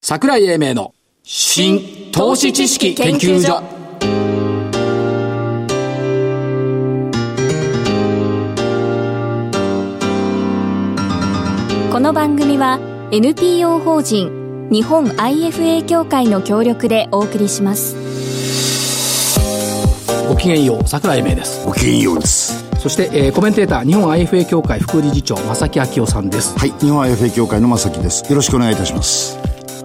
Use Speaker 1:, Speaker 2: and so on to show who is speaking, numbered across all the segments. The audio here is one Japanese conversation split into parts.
Speaker 1: 桜井英明の新投資知識研究所
Speaker 2: この番組は NPO 法人日本 IFA 協会の協力でお送りします
Speaker 1: ごきげんよう桜井英明です
Speaker 3: ごきげんようです。
Speaker 1: そして、えーコメンテーター日本 IFA 協会副理事長正木昭夫さんです
Speaker 3: はい、日本 IFA 協会の正木です。よろしくお願いいたします。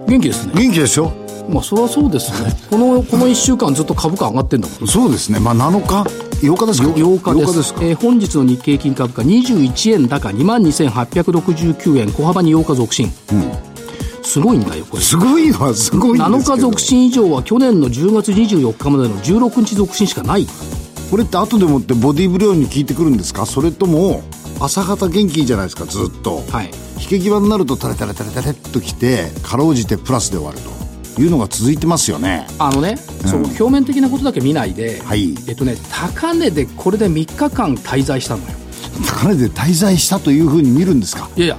Speaker 1: 元気ですね
Speaker 3: 元気ですよ。
Speaker 1: まあそりゃそうですねこのこの1週間ずっと株価上がってんだもん
Speaker 3: そうですね。まあ7日、8日ですか。
Speaker 1: 8日です
Speaker 3: 8日ですか。
Speaker 1: えー本日の日経金株価21円高22,869円小幅に8日続伸、すごいんだよこれ
Speaker 3: すごいのはすごいんですけど。
Speaker 1: 7日続。伸以上は去年の10月24日までの16日続伸しかない
Speaker 3: これって後でもってボディーブレオに効いてくるんですか。それとも朝方元気じゃないですか。ずっと。
Speaker 1: はい
Speaker 3: 引け際になるとタレタレタレタレっときて、かろうじてプラスで終わるというのが続いてますよね。
Speaker 1: あのね、その表面的なことだけ見ないで、
Speaker 3: はい
Speaker 1: えっとね、高値でこれで3日間滞在したのよ。
Speaker 3: 高値で滞在したというふうに見るんですか。
Speaker 1: いやいや、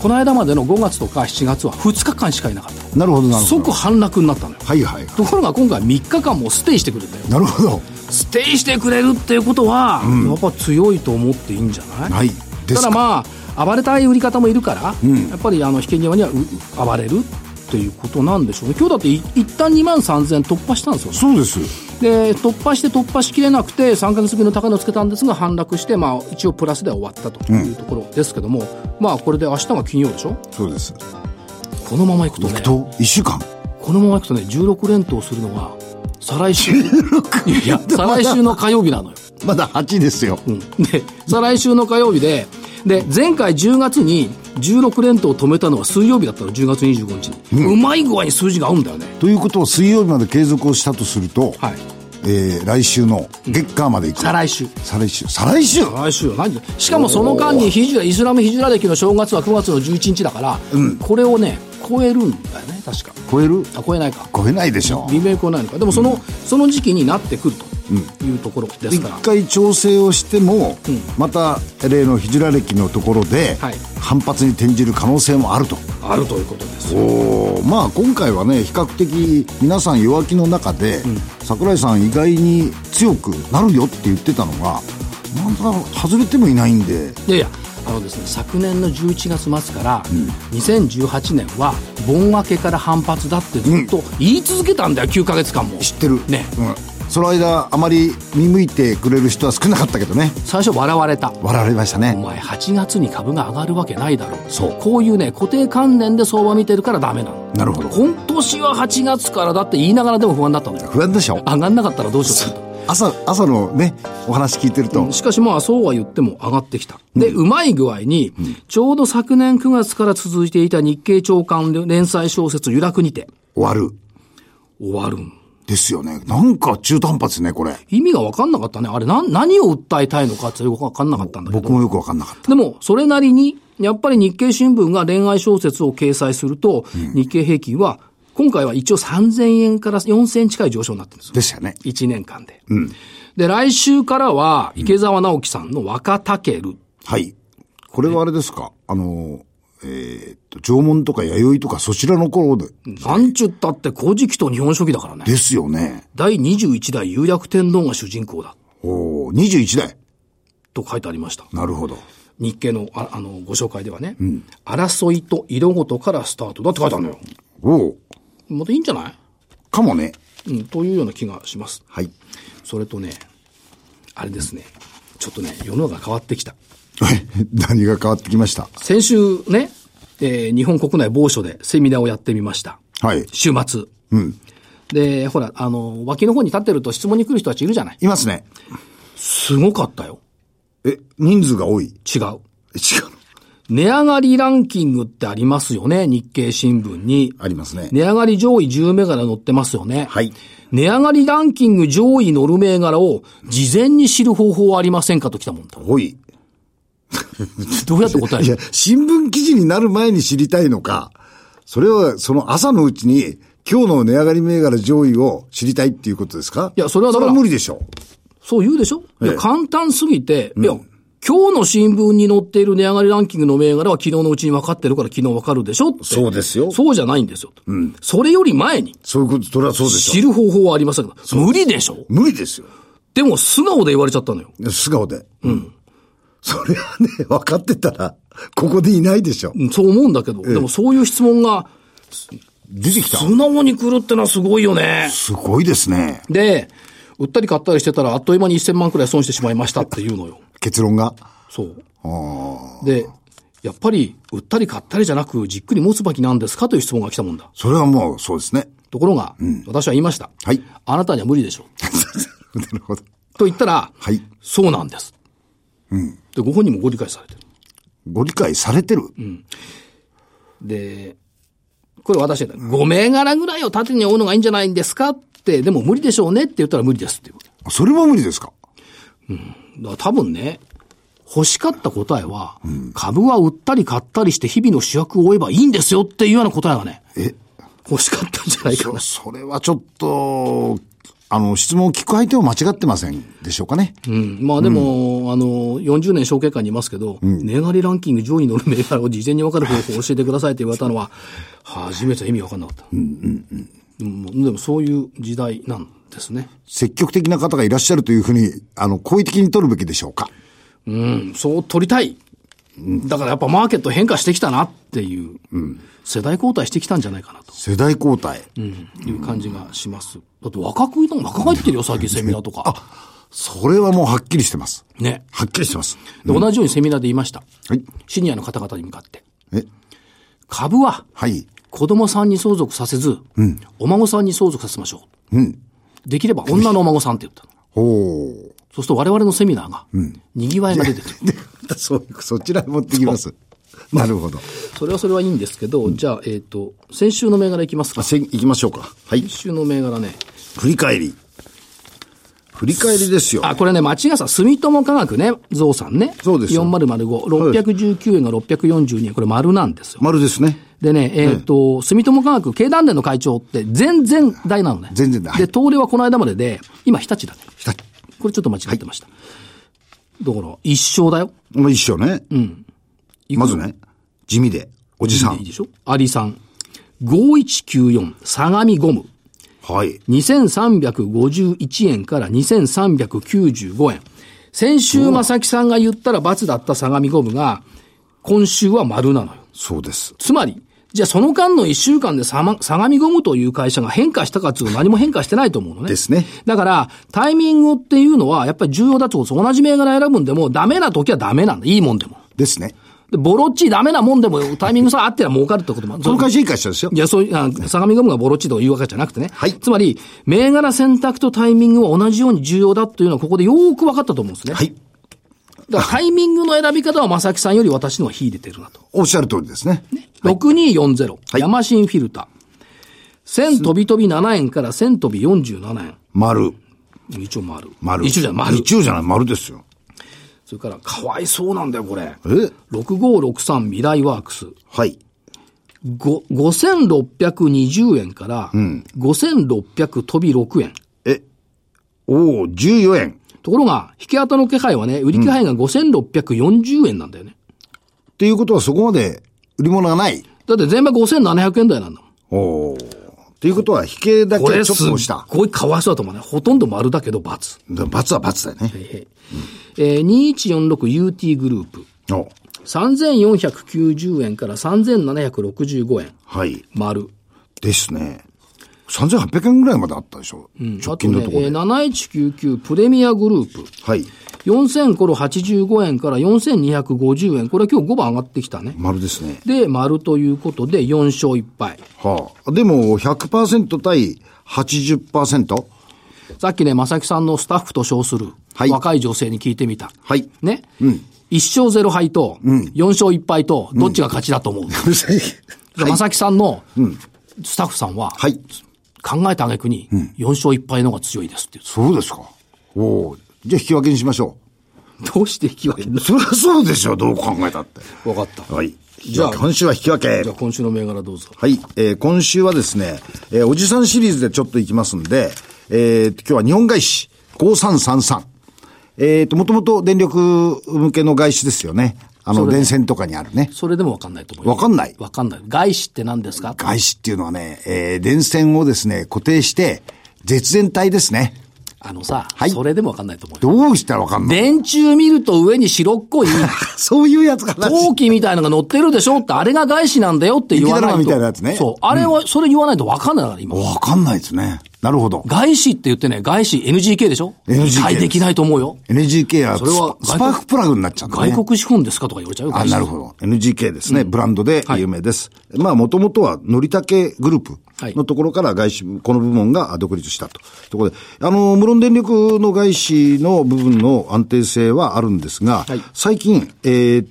Speaker 1: この間までの5月とか7月は2日間しかいなかった
Speaker 3: なるほどな
Speaker 1: の。
Speaker 3: るほ
Speaker 1: 即
Speaker 3: ど。
Speaker 1: 反落になったのよ。
Speaker 3: はいはい。
Speaker 1: ところが今回3日間もステイしてくれたよ。
Speaker 3: なるほど。
Speaker 1: ステイしてくれるっていうことは、やっぱ強いと思っていいんじゃない、
Speaker 3: はい。で
Speaker 1: た
Speaker 3: す
Speaker 1: だ
Speaker 3: か。
Speaker 1: まあ、暴れたい売り方もいるから、やっぱりあの引け際にはう暴れるっていうことなんでしょうね。今日だってい一旦2万3000突破したんですよね。
Speaker 3: そうです。
Speaker 1: で突破して突破しきれなくて3ヶ月ぶりの高値をつけたんですが反落して、まあ、一応プラスでは終わったというところですけども、まあこれで明日が金曜でしょ
Speaker 3: そうです。
Speaker 1: このままいくと
Speaker 3: 行
Speaker 1: ね
Speaker 3: くと一週間。
Speaker 1: このままいくとね16連投するのが再来週いやいや再来週の火曜日なのよ、
Speaker 3: まだ8ですよ。
Speaker 1: うんで再来週の火曜日でで前回10月に16連投を止めたのは水曜日だったの10月25日に、うまい具合に数字が合うんだよね
Speaker 3: ということは水曜日まで継続をしたとすると、
Speaker 1: はい
Speaker 3: えー来週の月間まで行く。
Speaker 1: 再来週
Speaker 3: 再来週。再来週
Speaker 1: 来週よ何時しかもその間にヒジュライスラムヒジュラ歴の正月は9月の11日だから、これをね超えるんだよね確か
Speaker 3: 超える
Speaker 1: あ超えないか
Speaker 3: 超えないでしょう。
Speaker 1: 微妙に超えないのかでもその,、その時期になってくるというところです
Speaker 3: 一
Speaker 1: から、
Speaker 3: 回調整をしても、
Speaker 1: ん
Speaker 3: また例のヒジュラ歴のところで、
Speaker 1: はい
Speaker 3: 反発に転じる可能性もあると
Speaker 1: あるということです
Speaker 3: おまあ今回はね比較的皆さん弱気の中で、桜井さん意外に強くなるよって言ってたのがなんだろう外れてもいないんで
Speaker 1: いやいやあのですね昨年の11月末から、2018年は盆明けから反発だってずっと言い続けたんだよ9ヶ月間も
Speaker 3: 知ってる
Speaker 1: ね
Speaker 3: うん、その間あまり見向いてくれる人は少なかったけどね
Speaker 1: 最初笑われた
Speaker 3: 笑われました
Speaker 1: お
Speaker 3: ね
Speaker 1: 前8月に株が上がるわけないだろう
Speaker 3: そう
Speaker 1: こういうね固定観念で相場見てるからダメなの
Speaker 3: なるほど
Speaker 1: 今年は8月からだって言いながらでも不安だったのよ
Speaker 3: 不安でしょ
Speaker 1: 上がんなかったらどうしようか
Speaker 3: 朝朝のねお話聞いてると、
Speaker 1: としかしまあそうは言っても上がってきたで、うまい具合に、ちょうど昨年9月から続いていた日経長官連載小説「油楽にて
Speaker 3: 終わる」
Speaker 1: 終わるん
Speaker 3: ですよねなんか中途半端ですねこれ
Speaker 1: 意味が分かんなかったねあれなん何を訴えたいのかってよく分かんなかったんだけど
Speaker 3: 僕もよく分かんなかっ
Speaker 1: でも、それなりに、やっぱり日経新聞が恋愛小説を掲載すると、日経平均は、今回は一応3000円から4000円近い上昇になってるんですよ。
Speaker 3: たですよね
Speaker 1: 1年間で。で、来週からは、池澤直樹さんの若竹る。
Speaker 3: はいこれはあれですかあのえーっと縄文とか弥生とかそちらの頃で
Speaker 1: なんちゅったって古事記と日本書紀だからね。
Speaker 3: ですよね
Speaker 1: 第21代有楽天皇が主人公だ。
Speaker 3: おお21代
Speaker 1: と書いてありました。
Speaker 3: なるほど
Speaker 1: 日経の、ああの、ご紹介ではね、争いと色ごとからスタートだって書いてあるのよ。
Speaker 3: おお
Speaker 1: またいいんじゃない
Speaker 3: かもね
Speaker 1: うん、というような気がします。
Speaker 3: はい
Speaker 1: それとね、あれですね、ちょっとね、世の中変わってきた。
Speaker 3: 何が変わってきました
Speaker 1: 先週ね、えー日本国内某所でセミナーをやってみました。
Speaker 3: はい
Speaker 1: 週末。で、ほら、あの、脇の方に立ってると質問に来る人たちいるじゃない
Speaker 3: いますね
Speaker 1: すごかったよ。
Speaker 3: え、人数が多い違う
Speaker 1: 違う。値上がりランキングってありますよね、日経新聞に。
Speaker 3: ありますね。
Speaker 1: 値上がり上位10銘柄載ってますよね。
Speaker 3: はい
Speaker 1: 値上がりランキング上位乗る銘柄を事前に知る方法はありませんかと来たもんだ。
Speaker 3: 多い。
Speaker 1: どうやって答える
Speaker 3: いや、新聞記事になる前に知りたいのか、それはその朝のうちに、今日の値上がり銘柄上位を知りたいっていうことですか
Speaker 1: いやそれはだから
Speaker 3: 無理でしょ
Speaker 1: そう言うでしょ、いや
Speaker 3: ええ
Speaker 1: 簡単すぎて、いや、今日の新聞に載っている値上がりランキングの銘柄は昨日のうちに分かってるから昨日分かるでしょって
Speaker 3: そうですよ
Speaker 1: そうじゃないんですよ。うん。それより前に
Speaker 3: そういうこと、それはそうでしょ。
Speaker 1: 知る方法はありませんが、無理でしょ
Speaker 3: 無理ですよ。
Speaker 1: でも素直で言われちゃったのよ。
Speaker 3: 素顔で。うん。それはね、分かってたら、ここでいないでしょ。
Speaker 1: うんそう思うんだけど、でもそういう質問が
Speaker 3: 出てきた。
Speaker 1: 素直に来るってのはすごいよね。
Speaker 3: すごいですね。
Speaker 1: で、売ったり買ったりしてたらあっという間に1000万くらい損してしまいましたっていうのよ。
Speaker 3: 結論が。
Speaker 1: そう。
Speaker 3: ああ。
Speaker 1: で、やっぱり売ったり買ったりじゃなくじっくり持つべきなんですかという質問が来たもんだ。
Speaker 3: それはもう、そうですね。
Speaker 1: ところが、私は言いました。
Speaker 3: はい
Speaker 1: あなたには無理でしょう。
Speaker 3: なるほど。
Speaker 1: と言ったら、
Speaker 3: はい
Speaker 1: そうなんです。で、ご本人もご理解されてる。
Speaker 3: ご理解されてる。
Speaker 1: で、これ私だ。5銘柄ぐらいを縦に追うのがいいんじゃないんですかって、でも無理でしょうねって言ったら無理ですっていう。
Speaker 3: それは無理ですか。
Speaker 1: だから多分ね、欲しかった答えは、株は売ったり買ったりして日々の主役を追えばいいんですよっていうような答えがね、
Speaker 3: え
Speaker 1: 欲しかったんじゃないか
Speaker 3: そ
Speaker 1: な。
Speaker 3: それはちょっと、あの、質問を聞く相手を間違ってませんでしょうかね。
Speaker 1: うんまあでも、あの、40年証券会にいますけど、値上がりランキング上位に乗る銘柄を事前に分かる方法を教えてくださいって言われたのは、初めて意味分かんなかった。うんでもそういう時代なんですね。
Speaker 3: 積極的な方がいらっしゃるというふうに、あの、好意的に取るべきでしょうか。
Speaker 1: うん、そう取りたい。だからやっぱマーケット変化してきたなっていう、世代交代してきたんじゃないかなと
Speaker 3: 世代交代。
Speaker 1: いう感じがします。だって若くいた若返ってるよ、最近セミナーとか。
Speaker 3: それはもうはっきりしてます。
Speaker 1: ね。
Speaker 3: はっきりしてます。
Speaker 1: で同じようにセミナーで言いました。
Speaker 3: はい。
Speaker 1: シニアの方々に向かって。
Speaker 3: え、
Speaker 1: 株は
Speaker 3: はい。
Speaker 1: 子供さんに相続させず、お孫さんに相続させましょう。
Speaker 3: うん。
Speaker 1: できれば女のお孫さんって言 ったの。
Speaker 3: ほう。
Speaker 1: そうすると我々のセミナーが、賑わいが出てくる。
Speaker 3: で、 またそういう、そちらへ持ってきます。なるほど。
Speaker 1: それはそれはいいんですけど、じゃあ、えっ、と、先週の銘柄いきますか。
Speaker 3: あ、せ、行きましょうか。はい
Speaker 1: 先。週の銘柄ね。
Speaker 3: 振り返り。振り返りですよ。
Speaker 1: あ、これね、町がさ、住友科学ね、ゾウさんね。
Speaker 3: そうです
Speaker 1: 4005、
Speaker 3: よそうです
Speaker 1: 619円が642円、これ丸なんですよ。
Speaker 3: 丸ですね。
Speaker 1: でね、えっ、と、住友科学経団連の会長って、全然大なのね。
Speaker 3: 全然大
Speaker 1: で、東レはこの間までで、今日立だね。
Speaker 3: ひた
Speaker 1: これちょっと間違ってました。だから、一生だよ。
Speaker 3: まあ一緒ね。まずね、地味で、おじさ
Speaker 1: いい
Speaker 3: ん。
Speaker 1: でしょアリさん。5194、相模ゴム。
Speaker 3: はい。
Speaker 1: 2351円から2395円。先週、正木さんが言ったら罰だった相模ゴムが、今週は丸なのよ。
Speaker 3: そうです。
Speaker 1: つまり、じゃあその間の1週間でさま相模ゴムという会社が変化したかっていうと何も変化してないと思うのね。
Speaker 3: ですね。
Speaker 1: だから、タイミングっていうのは、やっぱり重要だと思うんです同じ銘柄選ぶんでも、ダメな時はダメなんだ。いいもんでも。
Speaker 3: ですね。
Speaker 1: で、ボロっちいダメなもんでも、タイミングさえあってら儲かるってこともある。
Speaker 3: その会社いい会社ですよ
Speaker 1: い。や、そういう、あ相模ゴムがボロっちというわけじゃなくてね。
Speaker 3: はい
Speaker 1: つまり、銘柄選択とタイミングは同じように重要だというのは、ここでよーく分かったと思うんですね。
Speaker 3: はい。
Speaker 1: だから、タイミングの選び方は、正木さんより私の方が秀でてるなと。
Speaker 3: おっしゃる通りですね。
Speaker 1: 6240、
Speaker 3: はい
Speaker 1: ヤマシンフィルター。1000飛び飛び7円から1000飛び47円。
Speaker 3: 丸。
Speaker 1: 一応丸。
Speaker 3: 丸。
Speaker 1: 一応じゃない丸。
Speaker 3: 一応じゃない、丸ですよ。
Speaker 1: それから、かわいそうなんだよ、これ。
Speaker 3: え
Speaker 1: 6563未来ワークス。
Speaker 3: はい。
Speaker 1: ご5620円から、5600飛び6円。
Speaker 3: え、おお、14円。
Speaker 1: ところが、引き当たの気配はね、売り気配が5640円なんだよね。
Speaker 3: っていうことはそこまで売り物がない。
Speaker 1: だって全場5700円台なんだもん。
Speaker 3: おお。っていうことは、引けだけ
Speaker 1: こ
Speaker 3: ちょ
Speaker 1: れ
Speaker 3: っ
Speaker 1: すっ
Speaker 3: と押した。
Speaker 1: ごいかわいそうだと思うね。ほとんど丸だけど×。
Speaker 3: で罰は罰だよね。
Speaker 1: えー、2146UT グループ。
Speaker 3: お
Speaker 1: 3490円から3765円。
Speaker 3: はい。
Speaker 1: 丸。
Speaker 3: ですね。3800円ぐらいまであったでしょ。直近のところ
Speaker 1: あ
Speaker 3: で。
Speaker 1: とね、えー7199プレミアグループ。
Speaker 3: はい。
Speaker 1: 4000これ85円から4250円。これは今日5番上がってきたね。
Speaker 3: 丸ですね。
Speaker 1: で、丸ということで4勝1敗。
Speaker 3: はあ。でも、100%対 80%?
Speaker 1: さっきね、正木さんのスタッフと称する、
Speaker 3: はい
Speaker 1: 若い女性に聞いてみた。
Speaker 3: はい。
Speaker 1: ね。1勝0敗と、4勝1敗と、どっちが勝ちだと思う。正木さんの、スタッフさんは、
Speaker 3: はい。
Speaker 1: 考えた挙句に、4勝1敗の方が強いですって言う
Speaker 3: そうですか。おお。じゃあ引き分けにしましょ
Speaker 1: どうして引き分けん
Speaker 3: う。
Speaker 1: の
Speaker 3: そりゃそうでしょう。どう考えたって。
Speaker 1: 分かった。
Speaker 3: はい。
Speaker 1: じ
Speaker 3: じ
Speaker 1: ゃ
Speaker 3: ゃ
Speaker 1: あ
Speaker 3: あ、今週は引き分け
Speaker 1: じゃ。あ今週の銘柄どうぞ。
Speaker 3: はい。えー今週はですね、えーおじさんシリーズでちょっといきますんで、えー今日は日本外資5333。えっ、と、もともと電力向けの外資ですよね。あの、電線とかにあるね。
Speaker 1: それでもわかんないと思い
Speaker 3: わ
Speaker 1: ます。
Speaker 3: かんない。
Speaker 1: わかんない。外資って何ですか
Speaker 3: 外資っていうのはね、えー電線をですね、固定して、絶縁体ですね。
Speaker 1: あのさ、
Speaker 3: はい
Speaker 1: それでもわかんないと思うよ。
Speaker 3: どうしたらわかんない
Speaker 1: 電柱見ると上に白っこい
Speaker 3: そういうやつかな。
Speaker 1: 陶器みたいなのが乗ってるでしょって、あれが外資なんだよって言わないと。
Speaker 3: 雪だるまみたいなやつね
Speaker 1: そう。あれは、それ言わないとわかんないから、今。
Speaker 3: わかんないですね。なるほど。
Speaker 1: 外資って言ってね、外資 NGK でしょ
Speaker 3: NGK
Speaker 1: 理解できないと思うよ。
Speaker 3: NGK はス
Speaker 1: それは
Speaker 3: パスパークプラグになっちゃうんだね。
Speaker 1: 外国資本ですかとか言われちゃうよ
Speaker 3: あ、
Speaker 1: 外資
Speaker 3: なるほど。NGK ですね。ブランドで有名です。まあ、もともとは、のりたけグループ
Speaker 1: はい
Speaker 3: のところから外資、この部門が独立したと。ところで、あの、無論電力の外資の部分の安定性はあるんですが、
Speaker 1: はい
Speaker 3: 最近、えーっ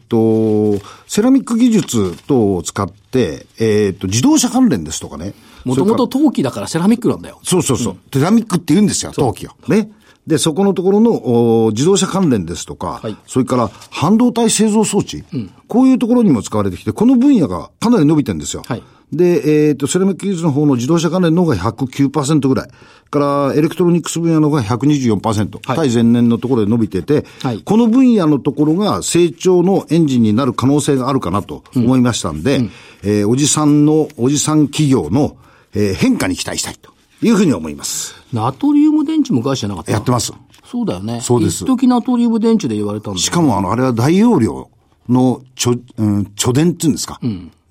Speaker 3: と、セラミック技術等を使って、えーっと、自動車関連ですとかね。
Speaker 1: もともと陶器だからセラミックなんだよ。
Speaker 3: そうそうそう。テラミックって言うんですよ、陶器を。ね。で、そこのところのお自動車関連ですとか、
Speaker 1: はい
Speaker 3: それから半導体製造装置、こういうところにも使われてきて、この分野がかなり伸びてるんですよ。
Speaker 1: はい
Speaker 3: で、えっ、と、セラミック技術の方の自動車関連の方が109%ぐらい。から、エレクトロニクス分野の方が124%。
Speaker 1: はい
Speaker 3: 対前年のところで伸びてて、
Speaker 1: はい
Speaker 3: この分野のところが成長のエンジンになる可能性があるかなと思いましたんで、えーおじさんの、おじさん企業の、えー変化に期待したいというふうに思います。
Speaker 1: ナトリウム電池も外資じゃなかった
Speaker 3: やってます。
Speaker 1: そうだよね。
Speaker 3: そうです
Speaker 1: 一時ナトリウム電池で言われたんだよ
Speaker 3: しかも、あの、あれは大容量の貯、うん、貯電っていうんですか、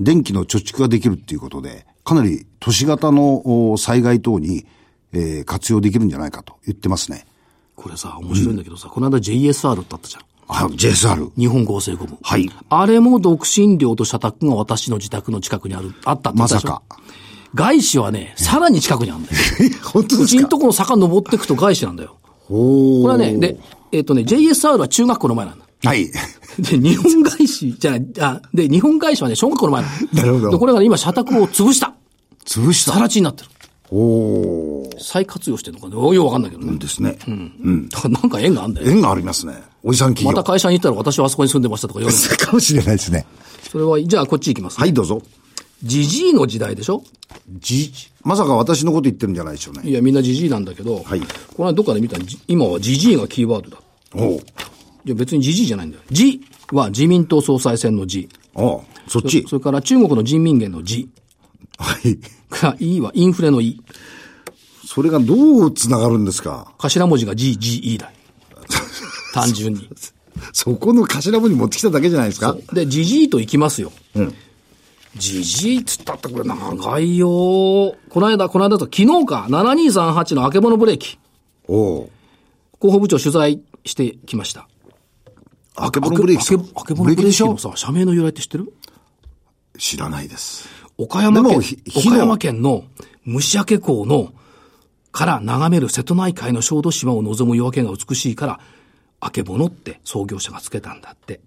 Speaker 3: 電気の貯蓄ができるっていうことで、かなり都市型のお災害等に、えー活用できるんじゃないかと言ってますね。
Speaker 1: これさ、面白いんだけどさ、この間 JSR ってあったじゃん。
Speaker 3: あ、JSR。
Speaker 1: 日本合成ゴム。
Speaker 3: はい
Speaker 1: あれも独身寮と社宅が私の自宅の近くにある、あったって言
Speaker 3: ま
Speaker 1: ったで
Speaker 3: さ
Speaker 1: しょ
Speaker 3: か。。
Speaker 1: 外資はね、さらに近くにあるんだよ。
Speaker 3: 本当
Speaker 1: うちんとこの坂登ってくと外資なんだよ。
Speaker 3: おー
Speaker 1: これはね、で、えっ、とね、JSR は中学校の前なんだ。
Speaker 3: はい。
Speaker 1: で、日本外資じゃない、あ、で、日本外資はね、小学校の前なんだ。
Speaker 3: なるほど
Speaker 1: で、これがね、今、社宅を潰した。
Speaker 3: 潰した。
Speaker 1: さら地になってる。
Speaker 3: おー。
Speaker 1: 再活用してるのかね。おようわかんないけどね。
Speaker 3: ですね。
Speaker 1: だからなんか縁があんだよ。
Speaker 3: 縁がありますね。おじさん企
Speaker 1: ま
Speaker 3: 業。
Speaker 1: た会社に行ったら私はあそこに住んでましたとか言われる。
Speaker 3: かもしれないですね。
Speaker 1: それは、じゃあこっち行きます、
Speaker 3: はい、。どうぞ。
Speaker 1: ジジイの時代でしょ
Speaker 3: じ、まさか私のこと言ってるんじゃないでしょうね。
Speaker 1: いや、みんなジジイなんだけど、
Speaker 3: はい
Speaker 1: この間どっかで見たら、じ今はジジイがキーワードだ。
Speaker 3: おう
Speaker 1: いや、別にジジイじゃないんだよ。ジは自民党総裁選のジ。
Speaker 3: おうそっち
Speaker 1: そ。れから中国の人民元のジ。
Speaker 3: はい。
Speaker 1: が、E はインフレの E。
Speaker 3: それがどう繋がるんですか
Speaker 1: 頭文字が GGE だ。単純に。
Speaker 3: そこの頭文字持ってきただけじゃないですか
Speaker 1: で、ジジイと行きますよ。
Speaker 3: うん。
Speaker 1: ジジイっつったってこれ長いよこの間、この間と昨日か、7238のあけぼのブレーキ。
Speaker 3: おう
Speaker 1: 広報部長取材してきました。
Speaker 3: あけぼのブレーキさん。
Speaker 1: あけあけぼのブレーキ
Speaker 3: で
Speaker 1: で
Speaker 3: し
Speaker 1: し
Speaker 3: ょ
Speaker 1: ょさ、社名の由来って知ってる
Speaker 3: 知らないです。
Speaker 1: 岡山
Speaker 3: でも
Speaker 1: 県
Speaker 3: ひ、火の
Speaker 1: 岡山県の虫明港の、から眺める瀬戸内海の小豆島を望む夜明けが美しいから、あけぼのって創業者がつけたんだって。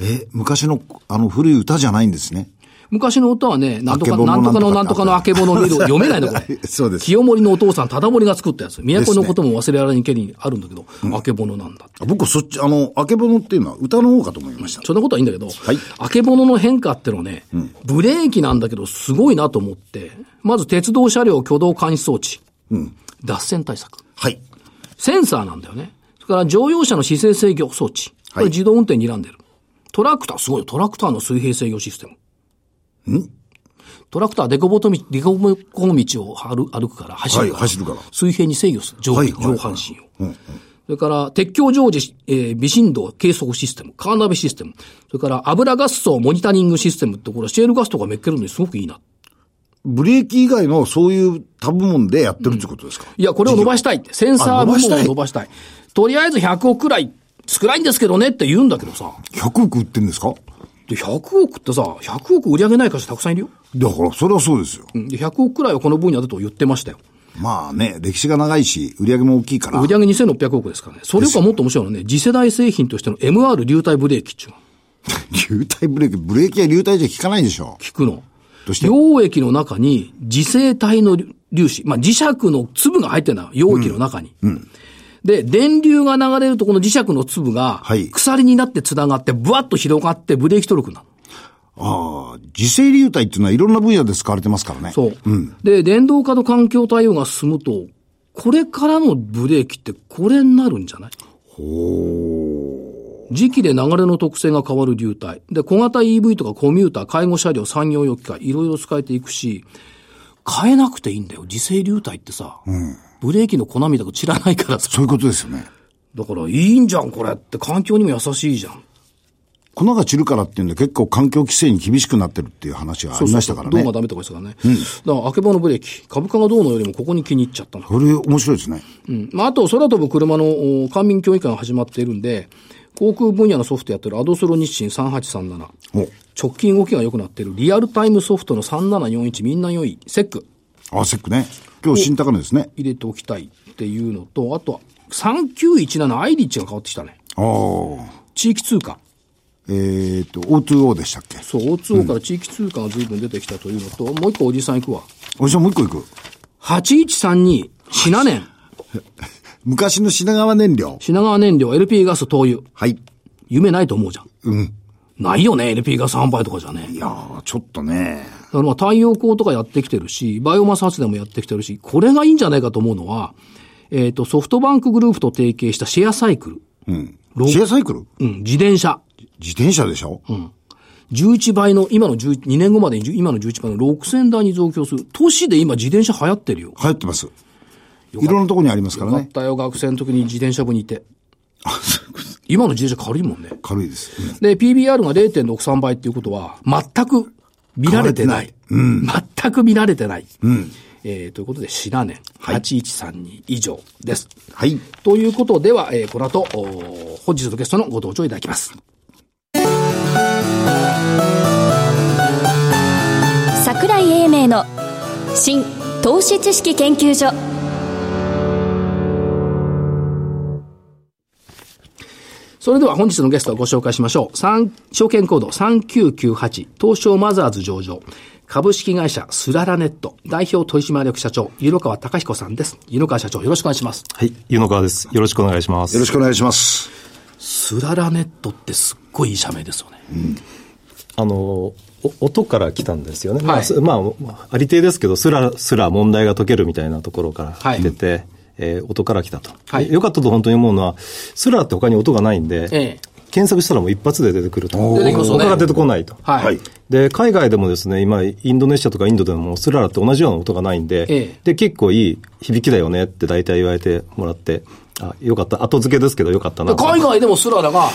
Speaker 3: え、昔の、あの、古い歌じゃないんですね。
Speaker 1: 昔の歌はね、なんとか、
Speaker 3: あけぼ
Speaker 1: な
Speaker 3: の
Speaker 1: んとかの
Speaker 3: な
Speaker 1: なんん
Speaker 3: と
Speaker 1: と
Speaker 3: か
Speaker 1: かのあけぼの 見る、読めないのこれ。
Speaker 3: そうです
Speaker 1: 清盛のお父さん、忠盛が作ったやつ。都のことも忘れられんけりにあるんだけど、あけぼのなんだって。
Speaker 3: 僕そっち、あの、あけぼのっていうのは歌の方かと思いました。
Speaker 1: そんなことはいいんだけど、
Speaker 3: い
Speaker 1: あけぼのの変化ってのはね、ブレーキなんだけど、すごいなと思って、まず鉄道車両挙動監視装置、脱線対策、
Speaker 3: はい。
Speaker 1: センサーなんだよね。それから乗用車の姿勢制御装置、こ
Speaker 3: はい
Speaker 1: れ自動運転にらんでる。トラクター、すごいよトラクターの水平制御システム。トラクターはデコボト道、デコボコ道を歩歩くから、走るから、
Speaker 3: はい走るから
Speaker 1: 水平に制御する、上,、
Speaker 3: はいはいはい
Speaker 1: 上半身を。それから、鉄橋常時、えー微振動計測システム、カーナビシステム、それから油ガス層モニタリングシステムって、これはシェールガスとかめっけるのにすごくいいな。
Speaker 3: ブレーキ以外のそういう他部門でやってるってことですか、
Speaker 1: いや、これを伸ばしたいって、センサー部門
Speaker 3: あ
Speaker 1: を
Speaker 3: 伸
Speaker 1: 伸ばしたい。とりあえず100億くらい、少ないんですけどねって言うんだけどさ、
Speaker 3: 100億売ってんですか
Speaker 1: で100億ってさ、100億売り上げない会社たくさんいるよ。
Speaker 3: だから、それはそうですよ。
Speaker 1: うんで100億くらいはこの分野だと言ってましたよ。
Speaker 3: まあね、歴史が長いし、売り上げも大きいから
Speaker 1: 売。上2600億ですからね。それよりかもっと面白いのはね、次世代製品としての MR 流体ブレーキっていうのが
Speaker 3: 流体ブレーキ、ブレーキや流体じゃ効かないでしょ。
Speaker 1: 効くの。
Speaker 3: どうして
Speaker 1: 溶液の中に磁性体の粒子、まあ磁石の粒が入ってるんだよ。溶液の中に。で、電流が流れるとこの磁石の粒が
Speaker 3: はい、
Speaker 1: 鎖になって繋がって、ブワッと広がってブレーキトルクになる。
Speaker 3: ああ、自生流体っていうのはいろんな分野で使われてますからね。
Speaker 1: そう。で、電動化と環境対応が進むと、これからのブレーキってこれになるんじゃない時期で流れの特性が変わる流体。で、小型 EV とかコミューター、介護車両、産業用機械、いろいろ使えていくし、変えなくていいんだよ。自制流体ってさ、ブレーキの粉みたく散らないからさ。
Speaker 3: そういうことですよね。
Speaker 1: だから、いいんじゃん、これって。環境にも優しいじゃん。
Speaker 3: 粉が散るからっていうんで結構環境規制に厳しくなってるっていう話がありましたから
Speaker 1: 銅
Speaker 3: ね。
Speaker 1: がダメとかですからね。だから、あけぼのブレーキ。株価がどうのよりもここに気に入っちゃったの。
Speaker 3: これ面白いですね。
Speaker 1: うん。まあ、あと、空飛ぶ車のお官民協議会が始まっているんで、航空分野のソフトやってるアドソロ日清3837。直近動きが良くなってるリアルタイムソフトの3741みんな良い。セック
Speaker 3: お、あ、セックね。今日新高値ですね。
Speaker 1: 入れておきたいっていうのと、あとは3917アイリッチが変わってきたね。
Speaker 3: ああ。
Speaker 1: 地域通貨。
Speaker 3: えっ、と、O2O でしたっけ
Speaker 1: そう、O2O から地域通貨が随分出てきたというのと、もう一個おじさん行くわ。
Speaker 3: おじさんもう一個いく。
Speaker 1: 8132、品年。
Speaker 3: 昔の品川燃料。
Speaker 1: 品川燃料、LP ガス、灯油。
Speaker 3: はい。
Speaker 1: 夢ないと思うじゃん。ないよね、LP ガス販売とかじゃね。
Speaker 3: いやー、ちょっとね。
Speaker 1: だからまあ太陽光とかやってきてるし、バイオマス発電もやってきてるし、これがいいんじゃないかと思うのは、えっ、と、ソフトバンクグループと提携したシェアサイクル。
Speaker 3: うん。
Speaker 1: ロ
Speaker 3: シェアサイクル
Speaker 1: うん、自転車。
Speaker 3: 自転車でしょ、
Speaker 1: 11倍の、今の11、2年後までに10今の11倍の6000台に増強する。都市で今自転車流行ってるよ。
Speaker 3: 流行ってます。いろんなとこにありますから
Speaker 1: あっ
Speaker 3: ね。
Speaker 1: たよ、学生の時に自転車部にいて。今の自転車軽いもんね。
Speaker 3: 軽いです。うん
Speaker 1: で、PBR が0.63倍っていうことは、全く見られてない。全く見られてない。えーということで、シナ年、8132以上です。
Speaker 3: はい。
Speaker 1: ということでは、えーこの後、おー本日のゲストのご登場いただきます。
Speaker 2: 桜井英明の新投資知識研究所
Speaker 1: それでは本日のゲストをご紹介しましょう。三証券コード3998、東証マザーズ上場、株式会社スララネット、代表取締役社長、湯野川隆彦さんです。湯野川社長、よろしくお願いします。
Speaker 4: はい、湯野川です。よろしくお願いします。
Speaker 3: よろしくお願いします。
Speaker 1: スララネットってすっごいいい社名ですよね。
Speaker 4: あの、お音から来たんですよね。
Speaker 1: は
Speaker 4: はいい、まあ、まあ、ありていですけど、すらすら問題が解けるみたいなところから
Speaker 1: はい
Speaker 4: 来てて、えー音から来たと。
Speaker 1: はい
Speaker 4: でよかったと本当に思うのは、すらって他に音がないんで、
Speaker 1: ええ
Speaker 4: 検索したらもう一発で出てくると。
Speaker 1: 出てきますよね
Speaker 4: 音が出てこないと。
Speaker 1: はい。
Speaker 3: はい
Speaker 4: で、海外でもですね、今、インドネシアとかインドでも、スララって同じような音がないんで、
Speaker 1: ええ
Speaker 4: で、結構いい響きだよねって大体言われてもらって、あ、よかった。後付けですけどよかったな
Speaker 1: で
Speaker 4: と。
Speaker 1: 海外でもスララが、